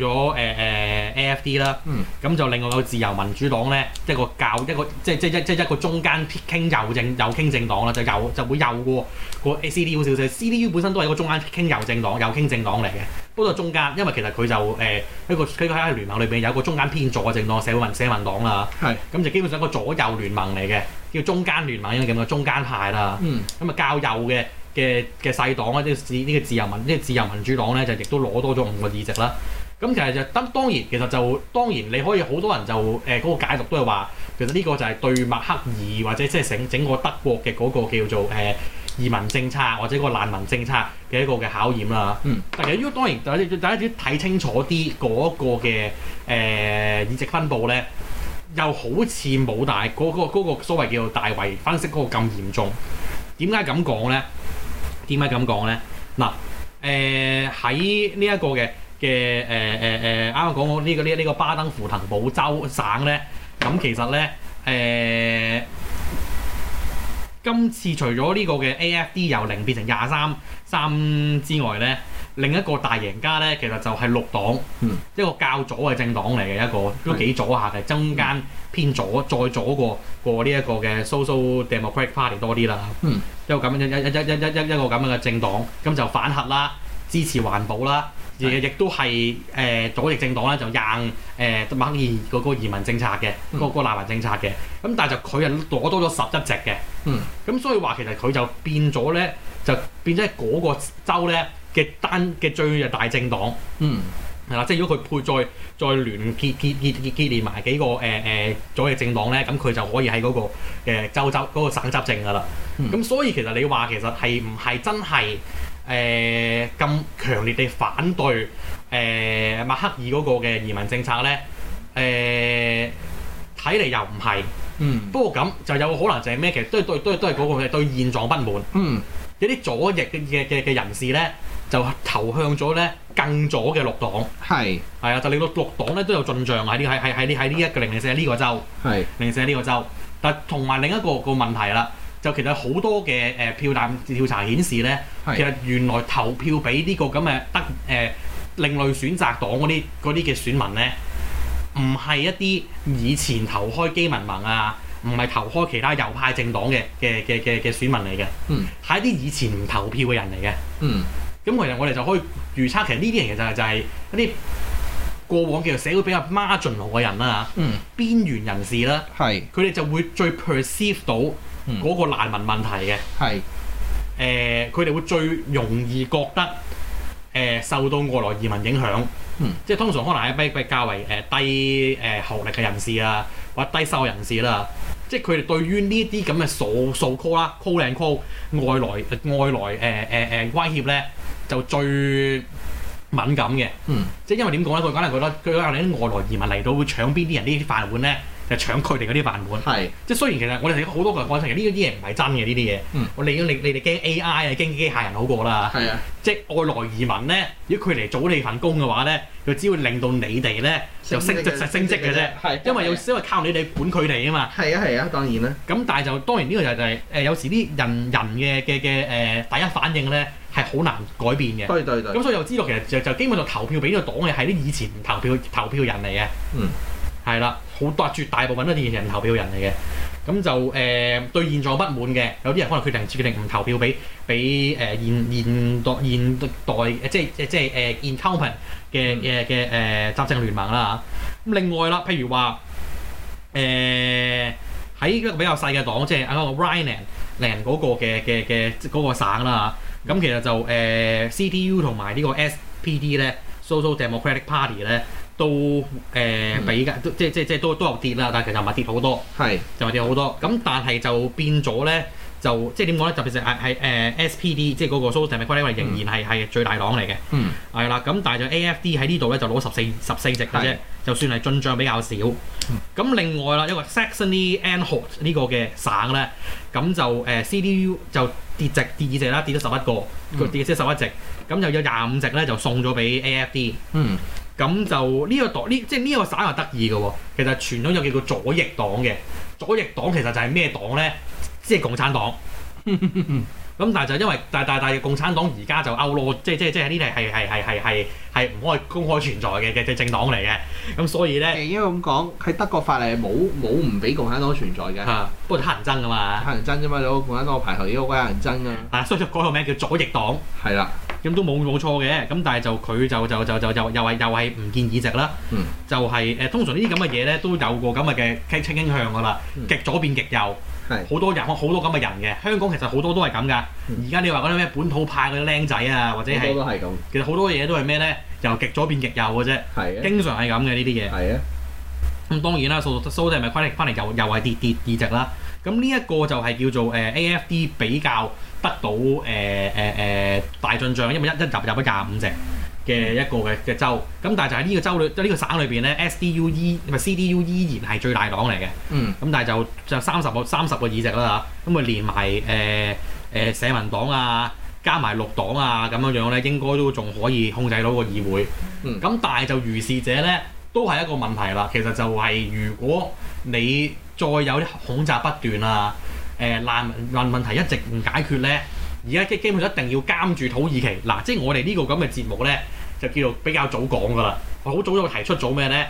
S2: 咗誒誒 AFD 啦，
S3: 嗯
S2: 咁就另外有自由民主黨咧，一個教一個即即即即一個中間傾右政右傾政黨啦，就右就會右過個 CDU 少少，CDU 本身都係一個中間傾右政黨右傾政黨嚟嘅，不過中間因為其實佢就誒、呃一個佢喺聯盟裏邊有一個中間偏左嘅政黨社會民社民黨啦，
S3: 係
S2: 咁就基本上一個左右聯盟嚟嘅，叫中間聯盟應該咁嘅中間派啦。
S3: 嗯
S2: 咁啊較右嘅嘅嘅細黨啊咧，即係自呢個自由民呢、個自由民主黨咧，就亦都攞多咗五個議席啦。咁其實就當當然，其實就當然你可以好多人就誒嗰、個解讀都係話，其實呢個就係對默克爾或者即係整整個德國嘅嗰個叫做誒、移民政策或者個難民政策嘅一個嘅考驗啦。
S3: 嗯，
S2: 但係如果當然大家大家要睇清楚啲嗰個嘅誒、議席分佈咧，又好似冇大嗰、個嗰、個所謂叫做大圍分析嗰個咁嚴重。點解咁講咧？點解咁講咧？嗱，誒喺呢一個嘅嘅誒誒誒，啱啱講過呢個呢呢、個巴登符騰堡州省咧，咁其實咧誒、今次除咗呢個嘅 AFD 由零變成廿三三之外咧，另一個大贏家咧，其實就係綠黨，
S3: 嗯
S2: 一個較左嘅政黨嚟嘅一個，都
S3: 係
S2: 幾左下嘅，中間偏左，再左過過呢一個嘅 Social Democratic Party 多啲啦。
S3: 嗯
S2: 一個咁樣一一一一一一一個咁樣嘅政黨，咁就反核啦，支持環保啦，亦
S3: 係
S2: 亦都係誒左翼政黨咧就硬誒默克爾嗰個移民政策嘅，
S3: 嗯
S2: 個個難民政策嘅，咁但係就佢係攞多咗十一席嘅，
S3: 嗯
S2: 咁所以話其實佢就變咗咧，就變咗係嗰個州咧嘅單嘅最大政黨。
S3: 嗯
S2: 係啦，即係如果佢配再再聯結結結結結連埋幾個誒誒、呃左翼政黨咧，咁佢就可以喺嗰、個、呃、州州嗰、個省執政噶啦。
S3: 嗯
S2: 咁、所以其實你話其實係唔係真係誒咁強烈地反對誒、呃、默克爾嗰個嘅移民政策咧？誒睇嚟又唔係，
S3: 嗯
S2: 不過咁就有可能就係咩？其實都係對都係都係嗰個對現狀不滿。
S3: 嗯
S2: 有啲左翼嘅嘅嘅嘅人士咧，就投向咗咧更左嘅綠黨。
S3: 係
S2: 係啊，就令到綠黨咧都有進帳啊喺呢喺喺喺呢喺呢一個零零四呢個州，
S3: 係
S2: 零零四呢個州。但同埋另一個個問題啦，就其實好多嘅誒、呃票站調查顯示咧，其
S3: 係
S2: 實原來投票俾呢個咁嘅德誒、呃另類選擇黨嗰啲嗰啲嘅選民咧，唔係一啲以前投開基民盟啊，唔係投開其他右派政黨嘅嘅嘅嘅嘅選民嚟嘅，
S3: 嗯
S2: 係一啲以前唔投票嘅人嚟嘅。
S3: 嗯
S2: 咁其實我哋就可以預測，其實呢啲人其實就係一啲過往叫做社會比較 marginal 嘅人啦，
S3: 嗯
S2: 邊緣人士啦，
S3: 係
S2: 佢哋就會最 perceive 到
S3: 嗯
S2: 嗰個難民問題嘅。
S3: 係
S2: 誒、呃佢哋會最容易覺得誒、呃受到外來移民影響，
S3: 嗯
S2: 即係通常可能係比比較為誒、呃低誒、學歷嘅人士啊，或者低收入人士啦、即係佢哋對於呢啲咁嘅數數 call 啦，call and call 外來呃外來誒誒誒呃威脅咧，就最敏感嘅。
S3: 嗯
S2: 即係因為點講咧？佢可能覺得佢可能啲外來移民嚟到會搶邊啲人呢啲飯碗咧，就搶佢哋嗰啲飯碗。
S3: 係
S2: 即係雖然其實我哋好多個人講其實呢啲嘢唔係真嘅呢啲嘢，
S3: 嗯
S2: 我你你你哋驚 AI 啊，驚機械人好過啦。
S3: 係啊
S2: 即係外來移民咧，如果佢嚟做你份工嘅話咧，佢只會令到你哋咧就升職就升職嘅啫，
S3: 係
S2: 因為有因為靠你哋管佢哋啊嘛。
S3: 係啊係啊當然啦
S2: 咁但係就當然呢個就係、誒、有時啲人人嘅嘅嘅誒第一反應咧係好難改變嘅。
S3: 對對對
S2: 咁所以就知道其實就就基本上投票俾呢個黨嘅係啲以前唔投票投票人嚟嘅。
S3: 嗯。
S2: 係啦，好多絕大部分都係人投票人嚟嘅。咁就誒、呃、對現狀不滿嘅，有啲人可能決定決定唔投票俾俾誒呃現現代現代即係即係誒 incumbent 嘅嘅嘅誒執政聯盟啦嚇。咁另外啦，譬如話誒喺一個比較細嘅黨，即係啊嗰個 Rhineland 嗰個嘅嘅嘅嗰個省啦嚇。咁其實就誒、呃、CDU 同埋呢個 SPD 咧，Social Democratic Party 咧。都誒比較，即即即都都有跌啦，但係其實唔係跌好多，
S3: 係
S2: 就係跌好多。咁但係就變咗咧，就即係點講咧？特別就係係誒 SPD，即係嗰個 Social Democratic 仍然係係最大黨嚟嘅，
S3: 嗯
S2: 係啦。咁但係就 AFD 喺呢度咧就攞十四十四席嘅啫
S3: 係，嗯
S2: 就算係進帳比較少。咁另外啦，一個 Saxony-Anhalt 呢個嘅省咧，咁就誒 CDU 就跌席跌議席啦，跌咗十一個，
S3: 嗯
S2: 佢跌咗十一席，咁就有廿五席咧就送咗俾 AFD。
S3: 嗯
S2: 咁就呢個黨呢，即係呢個省係得意嘅喎。其實傳統有叫做左翼黨嘅，左翼黨其實就係咩黨咧？即係共產黨。咁但係就因為但但但係共產黨而家就 out 咯，即係即係即係呢啲係係係係係係唔可以公開存在嘅嘅嘅政黨嚟嘅。咁所以咧
S3: 誒，應該咁講，喺德國法例係冇冇唔俾共產黨存在嘅，
S2: 嚇，啊不過就黑人憎㗎嘛。
S3: 黑人憎啫嘛，你攞共產黨排頭呢個鬼黑人憎啊，
S2: 啊，所以就改個名叫左翼黨，
S3: 係啦，
S2: 咁都冇冇錯嘅。咁但係就佢就就就就就又係又係唔見議席啦。
S3: 嗯
S2: 就係、誒，通常呢啲咁嘅嘢咧都有個咁嘅嘅傾傾向㗎啦，
S3: 嗯
S2: 極左變極右。
S3: 係
S2: 好多人，好多咁嘅人嘅。香港其實好多都係咁噶。
S3: 嗯
S2: 而家你話嗰啲咩本土派嗰啲僆仔啊，或者
S3: 好多
S2: 係
S3: 都係咁，
S2: 其實好多嘢都係咩咧？由極左變極右嘅啫，
S3: 係啊，
S2: 經常係咁嘅呢啲嘢。
S3: 係啊，
S2: 咁當然啦，數數定咪翻嚟翻嚟又又係跌跌二值啦。咁呢一個就係叫做誒、呃 AFD 比較得到誒誒誒大進帳，因為一一入入咗廿五隻嘅一個嘅嘅州。咁但係就喺呢個州裏，即係呢個省裏邊咧，SDU 依 E，唔係 CDU 依 E 然係最大黨嚟嘅。
S3: 嗯
S2: 咁但係就就三十個三十個議席啦嚇，咁佢啊連埋誒誒社民黨啊，加埋綠黨啊咁樣樣咧，應該都仲可以控制到個議會。
S3: 嗯
S2: 咁但係就如是者咧，都係一個問題啦。其實就係如果你再有啲恐襲不斷啊，誒、難民難民問題一直唔解決咧，而家基基本上一定要監住土耳其。嗱，即係我哋呢個咁嘅節目咧，就叫做比較早講噶啦。我好早就提出咗咩咧？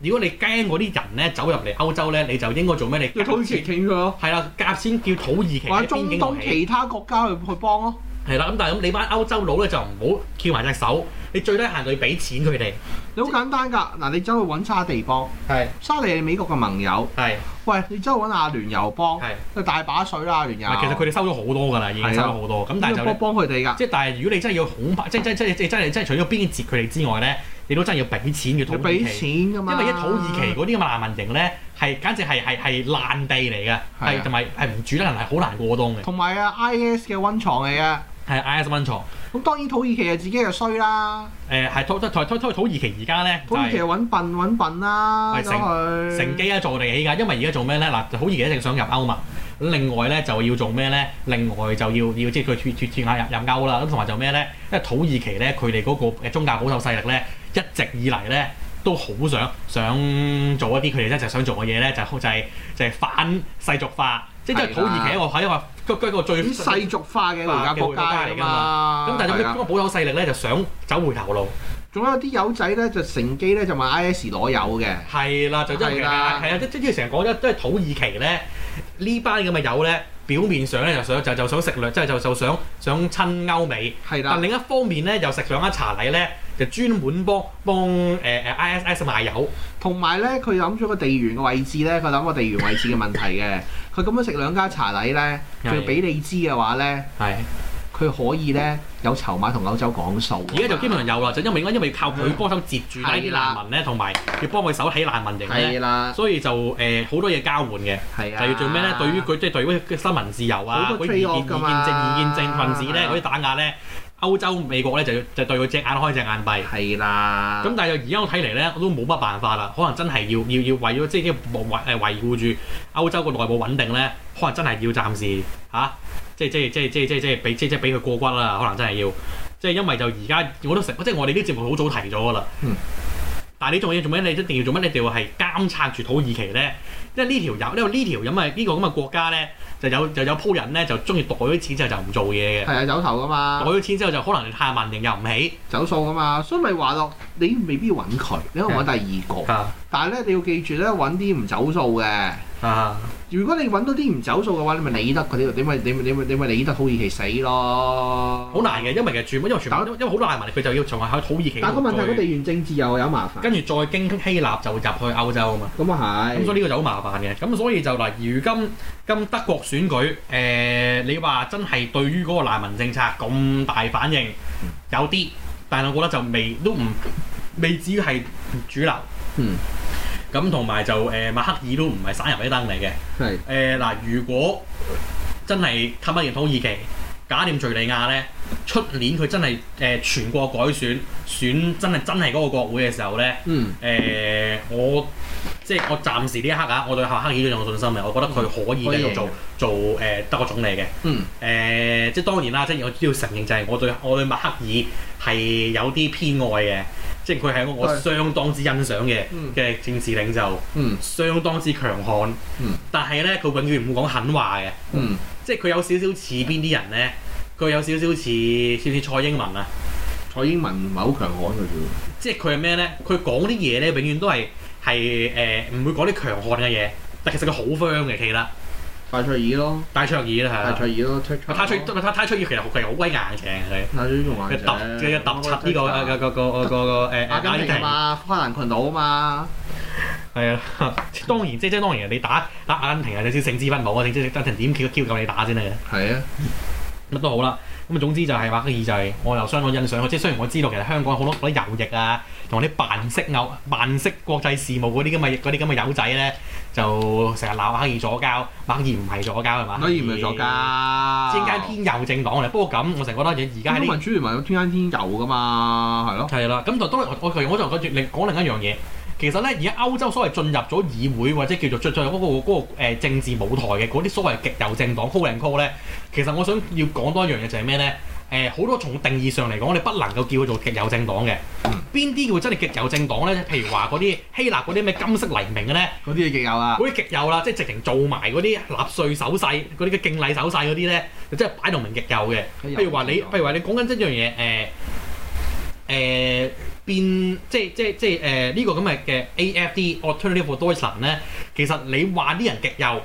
S2: 如果你驚嗰啲人咧走入嚟歐洲咧，你就應該做咩？你
S3: (laughs) 要土耳其傾佢咯，
S2: 係啦，夾先叫土耳其
S3: 或
S2: 嘅
S3: 者中
S2: 邊境崛
S3: 東
S2: 起。
S3: 其他國家去去幫咯，
S2: 係啦，咁但係咁你班歐洲佬咧就唔好翹埋隻手，你最低限度要俾錢佢哋。
S3: 你好簡單㗎，嗱你走去揾沙地幫，
S2: 係
S3: 沙地係美國嘅盟友，
S2: 係
S3: 喂你走去揾阿聯酋幫，
S2: 係。
S3: 佢大把水啦阿聯
S2: 唔係
S3: 酋，
S2: 其實佢哋收咗好多㗎啦，已經收咗好多。咁但係就
S3: 幫幫佢哋㗎，
S2: 即係但係如果你真係要恐怕，即係即係即係即係真係真係除咗邊節佢哋之外咧，你都真係要俾錢嘅土
S3: 你
S2: 耳
S3: 俾
S2: 其。
S3: 錢㗎嘛，
S2: 因為一土耳其嗰啲咁嘅難民營咧，係簡直係係係爛地嚟嘅，係同埋係唔住得人係好難過冬嘅，
S3: 同埋啊 IS 嘅温床嚟嘅，
S2: 係 IS 温床。
S3: 咁當然土耳其係自己嘅衰啦，
S2: 誒係土土土土土耳其而家咧
S3: 土
S2: 就
S3: 耳其
S2: 係
S3: 係揾笨揾笨啦，
S2: 係
S3: 走
S2: 乘
S3: 去
S2: 乘機啊坐地起㗎，因為而家做咩咧？嗱，土耳其一定想入歐盟，另外咧就要做咩咧？另外就要要即係佢脱脱脱下入入歐啦。咁同埋就咩咧？因為土耳其咧佢哋嗰個誒宗教保守勢力咧，一直以嚟咧都好想想做一啲佢哋一直想做嘅嘢咧，就係就係就係反世俗化，即係因為土耳其一個喺一個佢佢一個最
S3: 咁世俗化嘅回教國家嚟㗎嘛，
S2: 咁，但係
S3: 係
S2: 佢嗰
S3: 啊
S2: 個保守勢力咧就想走回頭路。
S3: 仲有啲友仔咧就乘機咧就問 IS 攞油嘅，
S2: 係啦，就因為
S3: 係
S2: 係
S3: 啦
S2: 啊，即即係成日講，即係土耳其咧呢班咁嘅友咧，表面上咧就想就就想食兩，即係就就想想親歐美，
S3: 係
S2: 但
S3: 啦，
S2: 另一方面咧又食上一茶禮咧，就專門幫幫呃誒誒 ISS 賣友，
S3: 同埋咧佢諗咗個地緣嘅位置咧，佢諗個地緣位置嘅問題嘅， (laughs) 佢咁樣食兩家茶禮咧，佢
S2: 係
S3: 俾你知嘅話咧，
S2: 係
S3: 佢可以咧有籌碼同歐洲講數。
S2: 而家就基本上有啦，就因為因為靠佢幫手截住呢啲
S3: 嗯係啦
S2: 難民咧，同埋要幫佢手起難民營
S3: 係啊
S2: 咧，
S3: 啦，
S2: 所以就誒好多嘢交換嘅。
S3: 係啊，
S2: 就要做咩咧？對於佢即係對於新聞自由啊，
S3: 好
S2: 嗰
S3: 多
S2: 啲意見
S3: trade-off
S2: 意見
S3: 㗎嘛
S2: 證意見證分子咧，
S3: 係啊
S2: 嗰啲打壓咧，歐洲美國咧就要就對佢隻眼開隻眼閉。
S3: 係啦，
S2: 咁但係而家我睇嚟咧，我都冇乜辦法啦。可能真係要要要為咗即係維誒維護住歐洲個內部穩定咧，可能真係要暫時嚇、啊即係即係即係即係即係即係俾即係即係俾佢過骨啦。可能真係要，即係因為就而家我都成，即係我哋啲節目好早提咗噶啦。
S3: 嗯
S2: 但係你做嘢做咩？你一定要做乜？你就要係監察住土耳其咧，因為呢條友，因為呢條咁啊呢個咁嘅國家咧，就有就有鋪人咧，就中意袋咗錢之後就唔做嘢嘅，
S3: 係啊，走頭噶
S2: 袋
S3: 嘛，
S2: 咗錢之後就可能你太文型又唔起，
S3: 走數噶嘛，所以咪話咯，你未必揾佢，你可以揾第二個。
S2: 啊
S3: 但係咧，你要記住咧，揾啲唔走數嘅。
S2: 啊
S3: 如果你揾到啲唔走數嘅話，你咪理得佢啲，你咪你咪你咪你咪理得土耳其死咯。
S2: 好難嘅，因為其實住因為全部因為好多難民佢就要從喺土耳其
S3: 但係個問題，
S2: 再
S3: 個地緣政治又有麻煩。
S2: 跟住再經希臘就入去歐洲啊嘛。
S3: 咁啊
S2: 咁所
S3: 係，
S2: 以呢個就好麻煩嘅。咁所以就嗱，如今今德國選舉，誒、你話真係對於嗰個難民政策咁大反應，有啲，但係我覺得就未都唔未至於係主流。
S3: 嗯，
S2: 咁同埋就誒、默克爾都唔係省人一燈嚟嘅。
S3: 係
S2: 誒、嗱，如果真係冚一件土耳其，搞掂敍利亞咧，出年佢真係誒、全國改選，選真係真係嗰個國會嘅時候咧。
S3: 嗯
S2: 誒、我即係我暫時呢一刻啊，我對夏克爾都有信心啊嘅，我覺得佢可以繼續做做誒、德國總理嘅。誒、
S3: 嗯
S2: 即係當然啦，即係我要承認就係我對我對默克爾係有啲偏愛嘅，即係佢係一個我
S3: 對
S2: 相當之欣賞嘅
S3: 嗯
S2: 嘅政治領袖，
S3: 嗯
S2: 相當之強悍。
S3: 嗯
S2: 但係咧，佢永遠唔會講狠話嘅，
S3: 嗯，
S2: 即係佢有少少似邊啲人咧？佢有少少似似唔似蔡英文啊？
S3: 蔡英文唔係好強悍嘅啫
S2: 即係佢係咩咧？佢講啲嘢咧，永遠都係係誒唔會講啲強悍嘅嘢，但其實佢好 firm 嘅，其實
S3: 喎，戴卓爾咯，
S2: 戴卓爾
S3: 戴
S2: 啦
S3: 卓爾哦咯，出
S2: 係啦，戴卓戴戴卓爾其實其實好鬼硬嘅
S3: 戴卓爾仲
S2: 佢，
S3: 話
S2: 佢揼佢揼柒呢個呃個個個個個誒
S3: 阿
S2: 阿
S3: 根
S2: 根
S3: 廷啊
S2: 廷，
S3: 嘛，烏克蘭群島啊嘛，
S2: 係啊， (laughs) 當然即即當然你打打阿根廷啊，你先勝之不武啊，你即阿根廷點 Q Q 夠你打先得嘅，
S3: 係啊，
S2: 乜都好啦。咁總之就係默克爾就係我又相當欣賞佢，即係雖然我知道其實香港好多嗰啲右翼啊，同埋啲扮式偶、扮式國際事務嗰啲咁嘅嗰啲咁嘅友仔咧，就成日鬧默克爾左膠，默克爾唔係左膠係嘛？
S3: 當然唔係作家，
S2: 之間偏右政黨嚟。不過咁，我成日覺得而家
S3: 中
S2: 呢
S3: 民主聯盟有中間天有噶嘛，係咯，
S2: 係啦，咁就當然我我其實我就覺得另講另一樣嘢。其實咧，而家歐洲所謂進入咗議會或者叫做進進入嗰、個嗰、個呃政治舞台嘅嗰啲所謂極右政黨 call and call 咧，其實我想要講多一樣嘢就係咩咧？誒、好多從定義上嚟講，你不能夠叫佢做極右政黨嘅
S3: 嗯。
S2: 邊啲叫真係極右政黨咧？譬如話嗰啲希臘嗰啲咩金色黎明嘅咧，
S3: 嗰啲嘢極有啦，
S2: 嗰啲極右啦，即係直情做埋嗰啲納粹手勢、嗰啲嘅敬禮手勢嗰啲咧，就真係擺到明極右嘅。譬如話你，譬如話你講緊一樣嘢，誒、誒、變即係即係即係誒呢個咁嘅嘅 AFD Alternative for Deutschland 咧，其實你話啲人極右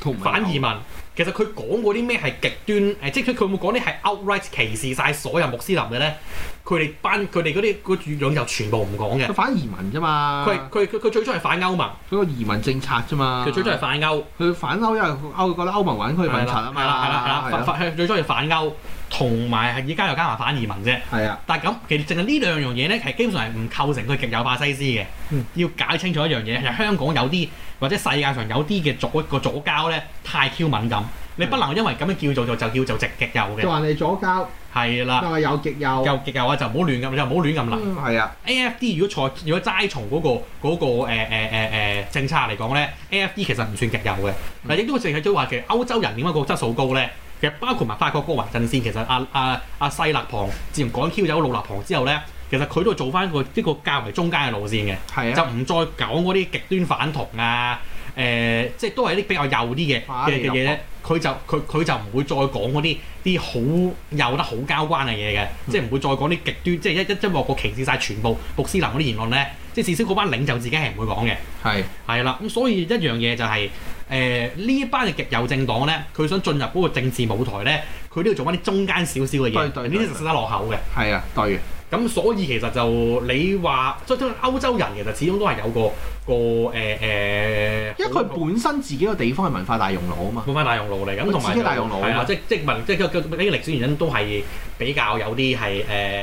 S3: 同埋
S2: 反移民，其實佢講嗰啲咩係極端誒、即係佢會講啲係 outright 歧視晒所有穆斯林嘅咧，佢哋班佢哋嗰啲嗰語樣就全部唔講嘅
S3: 佢。反移民啫嘛，
S2: 佢佢佢佢最初係反歐盟，
S3: 佢個移民政策啫嘛，
S2: 佢最初係反歐。
S3: 佢反歐，因為歐覺得歐盟揾佢笨柒啊嘛，
S2: 係啦係啦係啦，反
S3: 係啊，
S2: 反佢最中意反歐，同埋係而家又加埋反移民啫。
S3: 係啊，
S2: 但係咁，其實淨係呢兩樣嘢咧，係基本上係唔構成佢極右法西斯嘅。
S3: 嗯
S2: 要解清楚一樣嘢，係香港有啲或者世界上有啲嘅左個左交咧太 Q 敏感，你不能因為咁樣叫做就就叫做直極右
S3: 就
S2: 嘅。
S3: 話你左交，
S2: 係啦，
S3: 就話右極右，
S2: 右極右啊，就唔好亂咁，就唔好亂咁嚟。
S3: 嗯係啊，
S2: AFD 如果錯，如果齋從嗰、個嗰、個誒誒誒誒政策嚟講咧，AFD 其實唔算極右嘅。嗱、亦都淨係都話其實歐洲人點解個質素高咧？其實包括埋法國嗰個環陣線，其實阿阿阿西勒旁自從趕 Q 走路勒旁之後咧，其實佢都係做翻個一個較為中間嘅路線嘅，
S3: 係
S2: 就
S3: 啊，
S2: 唔再講嗰啲極端反同啊，誒、即係都係啲比較右啲嘅
S3: 反
S2: 嘅嘅嘢咧。佢就佢佢就唔會再講嗰啲啲好右得好交關嘅嘢嘅，即係唔會再講啲極端，即係一一一鑊過歧視晒全部穆斯林嗰啲言論咧。即係至少嗰班領袖自己係唔會講嘅，
S3: 係
S2: 係啦。咁所以一樣嘢就係誒呢一班嘅極右政黨咧，佢想進入嗰個政治舞台咧，佢都要做翻啲中間少少嘅嘢，
S3: 對
S2: 呢
S3: 對
S2: 啲
S3: 對
S2: 就實得落後嘅。
S3: 係啊，對嘅，
S2: 咁所以其實就你話，即係歐洲人其實始終都係有個個呃誒誒，
S3: 因為佢本身自己個地方係文化大熔爐啊嘛，
S2: 冇翻大熔爐嚟，咁
S3: 佢
S2: 同埋
S3: 自己大熔爐啊嘛
S2: 係啦，即即文即個個呢個歷史原因都係比較有啲係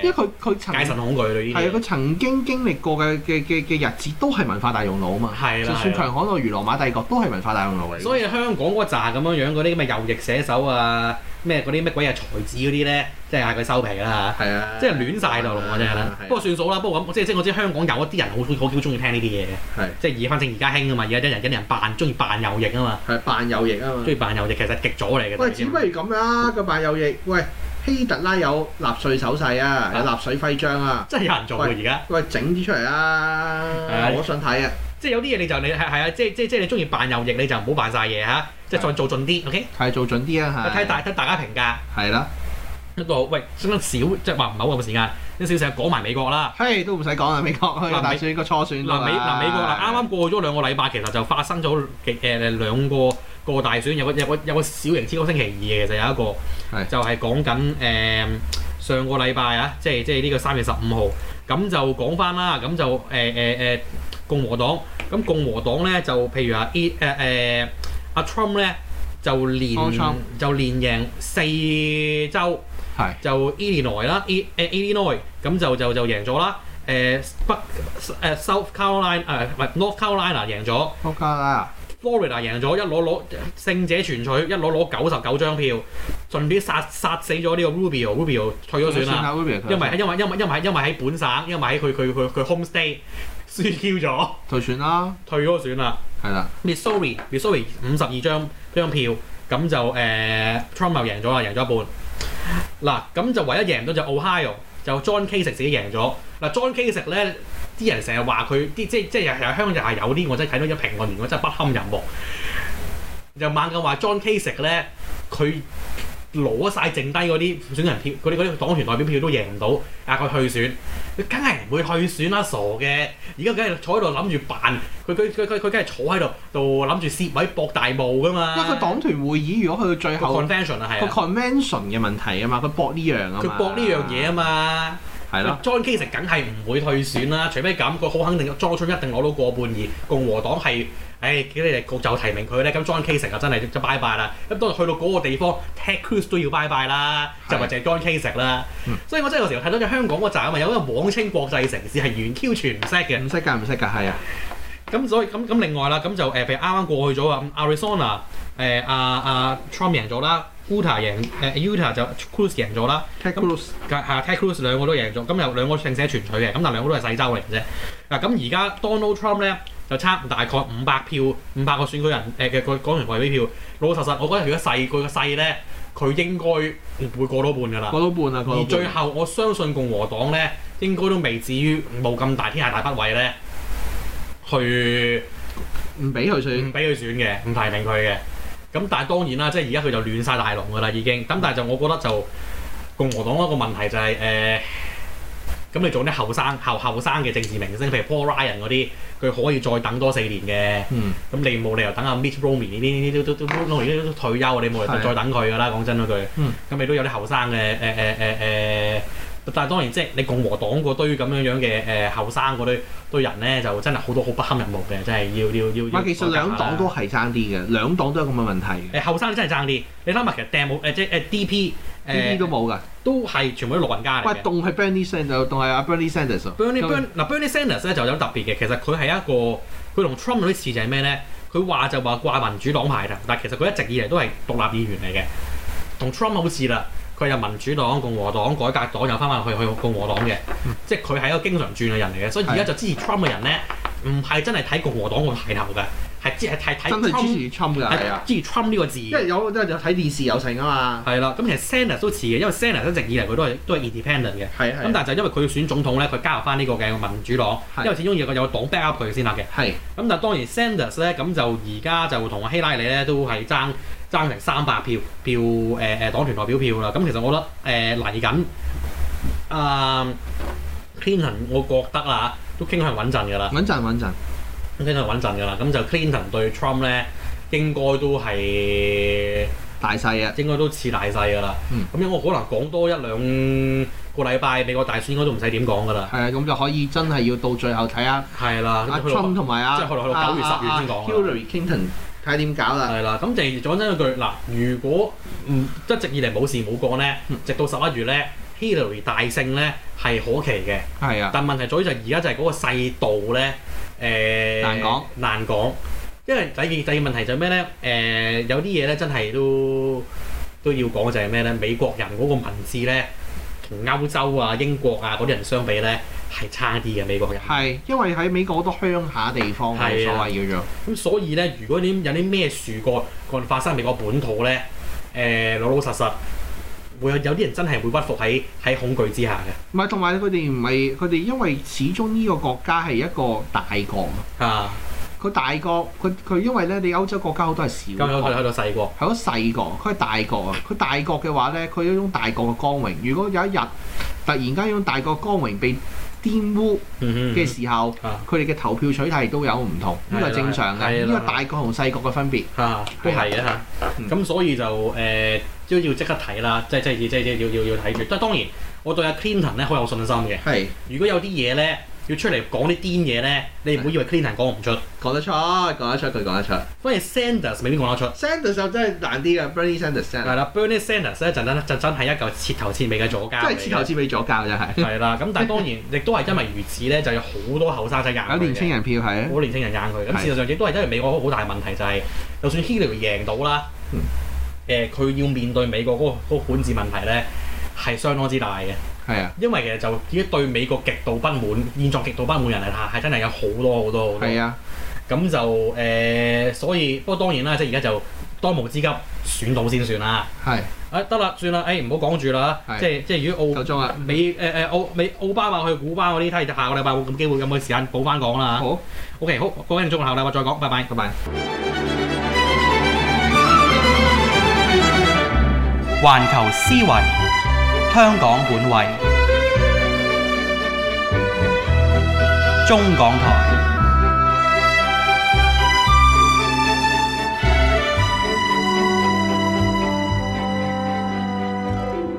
S3: 因為
S2: 誒
S3: 佢佢曾
S2: 戒
S3: 係
S2: 慎恐懼類
S3: 啊，
S2: 呢啲嘢，
S3: 佢曾經經歷過嘅嘅嘅嘅日子都係文化大熔爐啊嘛，
S2: 係
S3: 就
S2: 啦
S3: 算
S2: 係啦。
S3: 強悍到如羅馬帝國都係文化大熔爐嚟嘅，
S2: 所以香港嗰扎咁樣樣嗰啲咁嘅右翼寫手啊，咩嗰啲咩鬼嘢才子嗰啲咧，即係嗌佢收皮啦
S3: 係啊
S2: 嚇，，即係亂晒就龍我真係啦
S3: 係。啊
S2: 不過算數啦，不過咁即係即係我知香港有一啲人好好中意聽呢啲嘢嘅，
S3: 係
S2: 即係而反正而家興啊嘛，而家啲人有啲人扮中意扮右翼啊嘛。
S3: 係扮右翼啊嘛
S2: 中。意扮右翼，其實極左嚟嘅。啊
S3: 喂，只不如咁啦，個扮右翼，喂，希特拉有納粹手勢啊，有納粹徽章啊，
S2: 真係有人做喎而家。
S3: 喂，整啲出嚟啊
S2: 係！
S3: 我想睇啊，
S2: 即係有啲嘢你就你係係啊，即係即係即係你中意扮右翼你就唔好扮晒嘢嚇，即係再做盡啲，OK？
S3: 係做準啲啊，
S2: 睇
S3: 係
S2: 大睇大家評價。
S3: 係啦，
S2: 不過喂，咁樣少即係話唔係好有時間，啲少少講埋美國啦。
S3: 嘿都唔使講啦，美國去
S2: 嗱
S3: 大
S2: 美
S3: 選個初選
S2: 嗱美嗱美國嗱啱啱啊過咗兩個禮拜，其實就發生咗嘅誒兩個個大選，有個有個有個小型超級星期二嘅，其實有一個
S3: 係
S2: 就係講緊誒上個禮拜啊，即係即係呢個三月十五號，咁就講翻啦，咁就誒誒誒共和黨，咁共和黨咧就譬如話 E 誒誒阿 Trump 咧就連
S3: Donald Trump
S2: 就連贏四州。
S3: 係
S2: 就 Illinois 啦，I 誒 Illinois 咁就就就贏咗啦。誒、北誒、South Carolina 誒、唔係 North Carolina 贏咗
S3: 撲街啦，
S2: ，Florida 贏咗，一攞攞勝者全取，一攞攞九十九張票，順便殺殺死咗呢個 Rubio，Rubio 退咗選啊啦。
S3: 啦，
S2: 因
S3: 因
S2: 為因為因為因為因為喺本省，因為喺佢佢佢佢 home stay 輸 Q 咗， (laughs)
S3: 退選啦，
S2: 退咗選啦。
S3: 係啦，
S2: Missouri Missouri 五十二張張票，咁就誒、呃 Trump 又贏咗啦，贏咗一半。嗱，咁就唯一贏到就 Ohio，就 John Kasich 自己贏咗。嗱，John Kasich 咧，啲人成日話佢啲即即係係香港又係有啲，我真係睇到一評論員我真係不堪入目，就猛咁話 John Kasich 咧，佢攞晒剩低嗰啲選人票，嗰啲嗰啲黨團代表票都贏唔到，啊佢去選，佢梗係唔會去選啦，傻嘅！而家梗係坐喺度諗住扮，佢佢佢佢佢梗係坐喺度度諗住攝位博大霧噶嘛。
S3: 因為佢黨團會議如果去到最
S2: 個
S3: 後
S2: convention 啊，係
S3: 個
S2: 啊，
S3: convention 嘅問題啊嘛，佢搏呢樣啊嘛，
S2: 佢博呢樣嘢啊嘛。
S3: 係咯，
S2: John Kasich 梗係唔會退選啦，除非咁，佢好肯定 John Trump 一定攞到過半而共和黨係，唉，佢哋局就提名佢咧，咁 John Kasich 啊真係就拜拜啦。咁當然去到嗰個地方，Ted Cruz 都要拜拜啦，
S3: 係
S2: 就咪就係 John Kasich 啦
S3: 嗯。
S2: 所以我真係有時候睇到隻香港嗰站啊嘛，有一個網稱國際城市係完 Q 全唔識嘅。
S3: 唔識㗎唔識㗎，係啊，
S2: 咁所以咁咁另外啦，咁就誒譬如啱啱過去咗啊，Arizona 誒阿阿 Trump 贏咗啦，Utah 贏誒 Utah 就 Cruz 贏咗啦。
S3: Ted Cruz
S2: 係啊 t e d Cruz 兩個都贏咗，咁有兩個勝者全取嘅，咁但兩個都係細州嚟嘅啫。嗱，咁而家 Donald Trump 咧就差大概五百票，五百個選舉人誒嘅個港人代表票。老老實實，我覺得如果細佢個細咧，佢應該會過到半㗎啦。
S3: 過到半啦，過到
S2: 而
S3: 半
S2: 最後我相信共和黨咧，應該都未至於冇咁大天下大不位咧，去
S3: 唔俾佢
S2: 唔
S3: 選，
S2: 俾佢選嘅，唔提名佢嘅。咁但係當然啦，即係而家佢就亂晒大龍㗎啦，已經。咁但係就我覺得就共和黨一個問題就係、誒，咁、你做啲後生後後生嘅政治明星，譬如 Paul Ryan 嗰啲，佢可以再等多四年
S3: 嗯，
S2: 嘅。咁你冇理由等阿 Mitt Romney 呢啲呢啲都都都都都都退休，你冇
S3: 係
S2: 理由
S3: 啊
S2: 再等佢㗎啦。講真嗰句，咁、
S3: 嗯
S2: 你都有啲後生嘅誒誒誒誒。但係當然，即係你共和黨嗰堆咁樣樣嘅誒後生嗰堆堆人咧，就真係好多好不堪入目嘅，真係要要要。
S3: 唔係其實
S2: 要改革
S3: 兩
S2: 啦
S3: 黨都係爭啲嘅，兩黨都有咁嘅問題嘅，
S2: 誒後生真係爭啲，你諗下其實掟冇誒即係誒 DP
S3: 呢啲都
S2: 誒
S3: 冇㗎。
S2: 都係全部都老人家嚟
S3: 喂，
S2: 嘅。
S3: 仲係 Bernie Sanders，仲係阿 Bernie Sanders 啊喎。
S2: Bernie Bernie 嗱 Bernie Sanders 咧就有特別嘅，其實佢係一個佢同 Trump 有啲似就係咩咧？佢話就話掛民主黨牌㗎，但係其實佢一直以嚟都係獨立議員嚟嘅，同 Trump 好似啦。佢又民主黨、共和黨、改革黨，又翻返去去共和黨嘅，即係佢係一個經常轉嘅人嚟嘅，所以而家就支持 Trump 嘅人咧，唔係真係睇共和黨個牌頭嘅，係只係係睇
S3: 真係
S2: Trump
S3: 支持 Trump 㗎，係
S2: 係
S3: 啊，
S2: 支持 Trump 呢個字嘅。
S3: 因為有因為有睇電視有成啊嘛，
S2: 係啦，咁其實 Sanders 都似嘅，因為 Sanders 一直以嚟佢都係都係 independent 嘅。
S3: 係
S2: 咁
S3: 係
S2: 但係就因為佢要選總統咧，佢加入翻呢個嘅民主黨，
S3: 係
S2: 因為始終要個有黨 back up 佢先得嘅。咁
S3: 係
S2: 但係當然 Sanders 咧，咁就而家就同希拉里咧都係爭爭成三百票票誒誒、呃、黨團代表票啦。咁其實我覺得呃誒嚟緊啊 Clinton，我覺得啦都傾向穩陣㗎啦，
S3: 穩陣穩陣，
S2: 咁傾向穩陣㗎啦。咁就 Clinton 對 Trump 咧應該都係。
S3: 大細啊，
S2: 應該都似大細㗎啦。
S3: 嗯
S2: 咁、因為我可能講多一兩個禮拜美國大選，應該都唔使點講㗎啦。
S3: 係啊，咁就可以真係要到最後睇下
S2: 係啦，
S3: 阿
S2: 啊咁去到
S3: Trump 同埋阿
S2: 即係去到去到九月十月先講啊
S3: Hillary Clinton 睇下點搞啦，
S2: 係啦。咁就講真一句嗱，如果唔一直以嚟冇事冇講咧
S3: 嗯，
S2: 直到十一月咧，Hillary 大勝咧係可期嘅。
S3: 係啊，
S2: 但問題在於就而家就係嗰個勢度咧，誒、
S3: 難講
S2: 難講，因為第二第二問題就係咩咧？誒、有啲嘢咧真係都都要講就係咩咧？美國人嗰個文字咧，同歐洲啊、英國啊嗰啲人相比咧，係差啲嘅美國人。
S3: 係因為喺美國好多鄉下地方啊
S2: 係
S3: 所
S2: 啊
S3: 謂叫做
S2: 咁所以咧，如果你有啲咩樹個個案發生喺美國本土咧，誒、老老實實會有有啲人真係會屈服喺喺恐懼之下
S3: 唔
S2: 嘅
S3: 係同埋佢哋唔係佢哋，因為始終呢個國家係一個大國啊，
S2: 啊，
S3: 佢大國佢佢因為咧，你歐洲國家好多係
S2: 咁
S3: 小
S2: 樣
S3: 國
S2: 去。去到細國，
S3: 係好細個，佢係大國啊！佢大國嘅話咧，佢有一種大國嘅光榮。如果有一日突然間用大國光榮被玷污
S2: 嗯
S3: 嘅時候，
S2: 啊
S3: 佢哋嘅投票取態都有唔同，呢個係正常
S2: 係啦係
S3: 嘅。
S2: 啦
S3: 呢個大國同細國嘅分別，
S2: 啊，都係嘅嚇。
S3: 嗯
S2: 咁所以就誒、呃都要即刻睇啦，即係即係即係即係要要要睇住。但係當然，我對阿 Clinton 咧好有信心嘅。
S3: 係
S2: 如果有啲嘢咧要出嚟講啲癲嘢咧，你唔好以為 Clinton 講唔出，
S3: 講得出，講得出，佢講得出。
S2: 反而 Sanders 未必講得出。
S3: Sanders 就真係難啲嘅，Bernie Sanders 真
S2: 係
S3: 係，
S2: 啦，Bernie Sanders 咧就真就真係一嚿徹頭徹尾嘅左
S3: 真
S2: 膠嚟
S3: 係
S2: 嘅
S3: 黐頭黐尾左教真 (laughs) 係。
S2: 係啦，咁但係當然亦都係因為如此咧，就有好多後生仔硬佢嘅
S3: 有年青人票係啊，
S2: 好年青人硬佢。咁
S3: 係
S2: 事實上亦都係因為美國好大問題就係、就算 Hillary 贏到啦，
S3: 嗯
S2: 誒、佢要面對美國嗰個嗰個管治問題咧係相當之大嘅。
S3: 係啊，
S2: 因為其實就已經對美國極度不滿，現狀極度不滿人係係真係有好多好多好多。
S3: 係啊，
S2: 咁就誒、呃所以不過當然啦，即係而家就當務之急選到先算啦。
S3: 係
S2: 啊，得啦，算啦，誒唔好講住啦
S3: 係。
S2: 即係即係如果
S3: 夠鐘啦
S2: 奧。美誒誒奧美奧巴馬去古巴嗰啲，睇下下個禮拜冇咁機會咁嘅時間補翻講啦。
S3: 好，
S2: OK，好，各位聽眾，下個禮拜再講，拜拜。
S3: 拜拜。
S1: 環球思維，香港本位，中港台。